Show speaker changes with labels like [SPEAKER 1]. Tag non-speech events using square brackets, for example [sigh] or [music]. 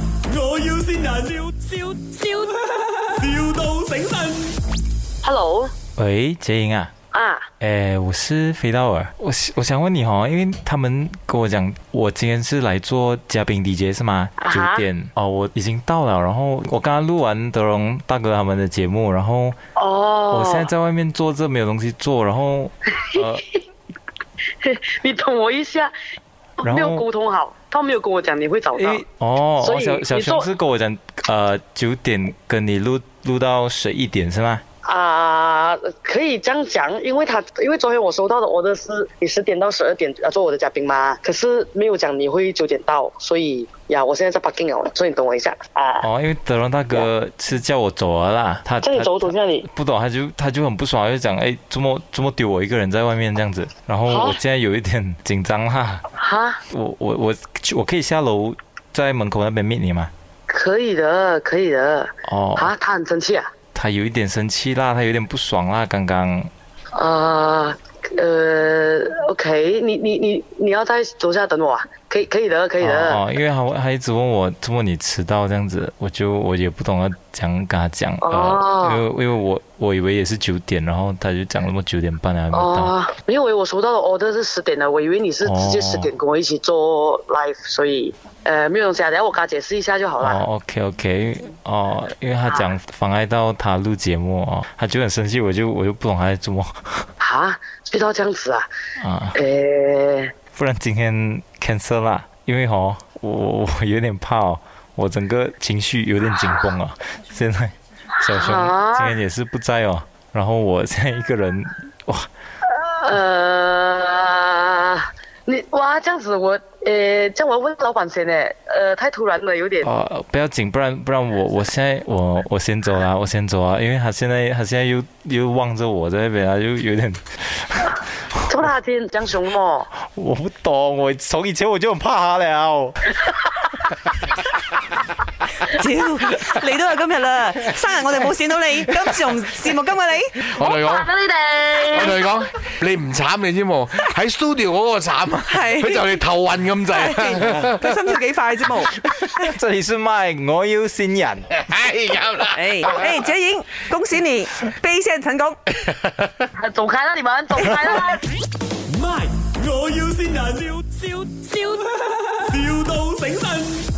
[SPEAKER 1] 要先人，笑笑笑，,笑到醒神。
[SPEAKER 2] Hello
[SPEAKER 3] 喂，杰莹啊，
[SPEAKER 2] 啊，
[SPEAKER 3] 哎，我是肥道尔，我是我想问你哦，因为他们跟我讲，我今天是来做嘉宾 DJ 是吗？
[SPEAKER 2] 啊
[SPEAKER 3] 九
[SPEAKER 2] 哈
[SPEAKER 3] 点哦，我已经到了，然后我刚刚录完德荣大哥他们的节目，然后
[SPEAKER 2] 哦，
[SPEAKER 3] 我现在在外面坐着没有东西做，然后呃，
[SPEAKER 2] 你等我一下，
[SPEAKER 3] 然
[SPEAKER 2] 没
[SPEAKER 3] 后
[SPEAKER 2] 有沟通好，他没有跟我讲你会找
[SPEAKER 3] 因
[SPEAKER 2] 到
[SPEAKER 3] 为，哦，
[SPEAKER 2] 所以
[SPEAKER 3] 哦小小
[SPEAKER 2] 你做
[SPEAKER 3] 熊是跟我讲，呃，九点跟你录录到十一点是吗？
[SPEAKER 2] 啊、可以这样讲，因为他因为昨天我收到的 order 是你十点到十二点要做我的嘉宾嘛，可是没有讲你会九点到，所以呀，我现在在 parking 了，所以你等我一下啊。
[SPEAKER 3] 哦，因为德荣大哥是叫我走了啦，他
[SPEAKER 2] 这样
[SPEAKER 3] 他
[SPEAKER 2] 你走走去那里，
[SPEAKER 3] 不懂，他就他就很不爽，他就讲哎，怎么怎么丢我一个人在外面这样子。然后
[SPEAKER 2] 啊
[SPEAKER 3] 我现在有一点紧张哈，
[SPEAKER 2] 哈，
[SPEAKER 3] 我我我我可以下楼在门口那边 meet 你吗？
[SPEAKER 2] 可以的，可以的。
[SPEAKER 3] 哦，
[SPEAKER 2] 啊，他很生气啊。
[SPEAKER 3] 他有一点生气啦，他有点不爽啦，刚刚
[SPEAKER 2] 呃呃，OK，你你你你要在楼下等我啊？可以可以的，可以的。
[SPEAKER 3] 哦，哦因为他他一直问我怎么你迟到这样子，我就我也不懂要讲跟他讲，
[SPEAKER 2] 哦
[SPEAKER 3] 呃，因为因为我我以为也是九点，然后他就讲那么九点半还啊没有到。
[SPEAKER 2] 哦，没有，我收到的 order 是十点的，我以为你是直接
[SPEAKER 3] 哦
[SPEAKER 2] 十点跟我一起做 live，、所以呃没有东西啊，等下我跟他解释一下就好了。
[SPEAKER 3] 哦，OK OK，哦，因为他讲妨碍到他录节目哦，他就很生气，我就我就不懂他在做么 [laughs]
[SPEAKER 2] 啊，遇到这样子啊，
[SPEAKER 3] 啊，
[SPEAKER 2] 呃，
[SPEAKER 3] 不然今天 cancel 啦，因为哦，我我我有点怕哦，我整个情绪有点紧绷哦，现在小熊
[SPEAKER 2] 啊
[SPEAKER 3] 今天也是不在哦，然后我现在一个人，哇，
[SPEAKER 2] 呃，你哇这样子我呃，这样我要问老板先呢，呃，太突然了，有点。
[SPEAKER 3] 哦，不要紧，不然不然我我现在我我先走啦，我先走啊，因为他现在他现在又又望着我在那边，他啊就有点。
[SPEAKER 2] 这么大天江熊么？
[SPEAKER 3] 我不懂，我从以前我就很怕他了。
[SPEAKER 4] 屌，你都係今日啦，生日我哋冇閃到你，今次用節目今日你，
[SPEAKER 5] 我同你講，
[SPEAKER 2] 你
[SPEAKER 5] 我
[SPEAKER 2] 哋
[SPEAKER 5] 同你講，你唔慘你知冇？喺 studio 嗰個慘啊，
[SPEAKER 4] 係
[SPEAKER 5] 佢就嚟頭暈咁滯。啊
[SPEAKER 4] 佢心跳幾快啫冇？
[SPEAKER 3] [laughs] 这里是麦，我要新人。
[SPEAKER 5] [laughs] 哎啱啦，
[SPEAKER 4] 誒
[SPEAKER 5] [laughs]
[SPEAKER 4] 誒，姐影，哎恭喜你，悲聲成功。
[SPEAKER 2] 啊走开啦，你们走开啦！
[SPEAKER 1] My，我要先人，笑笑笑，,笑到醒神。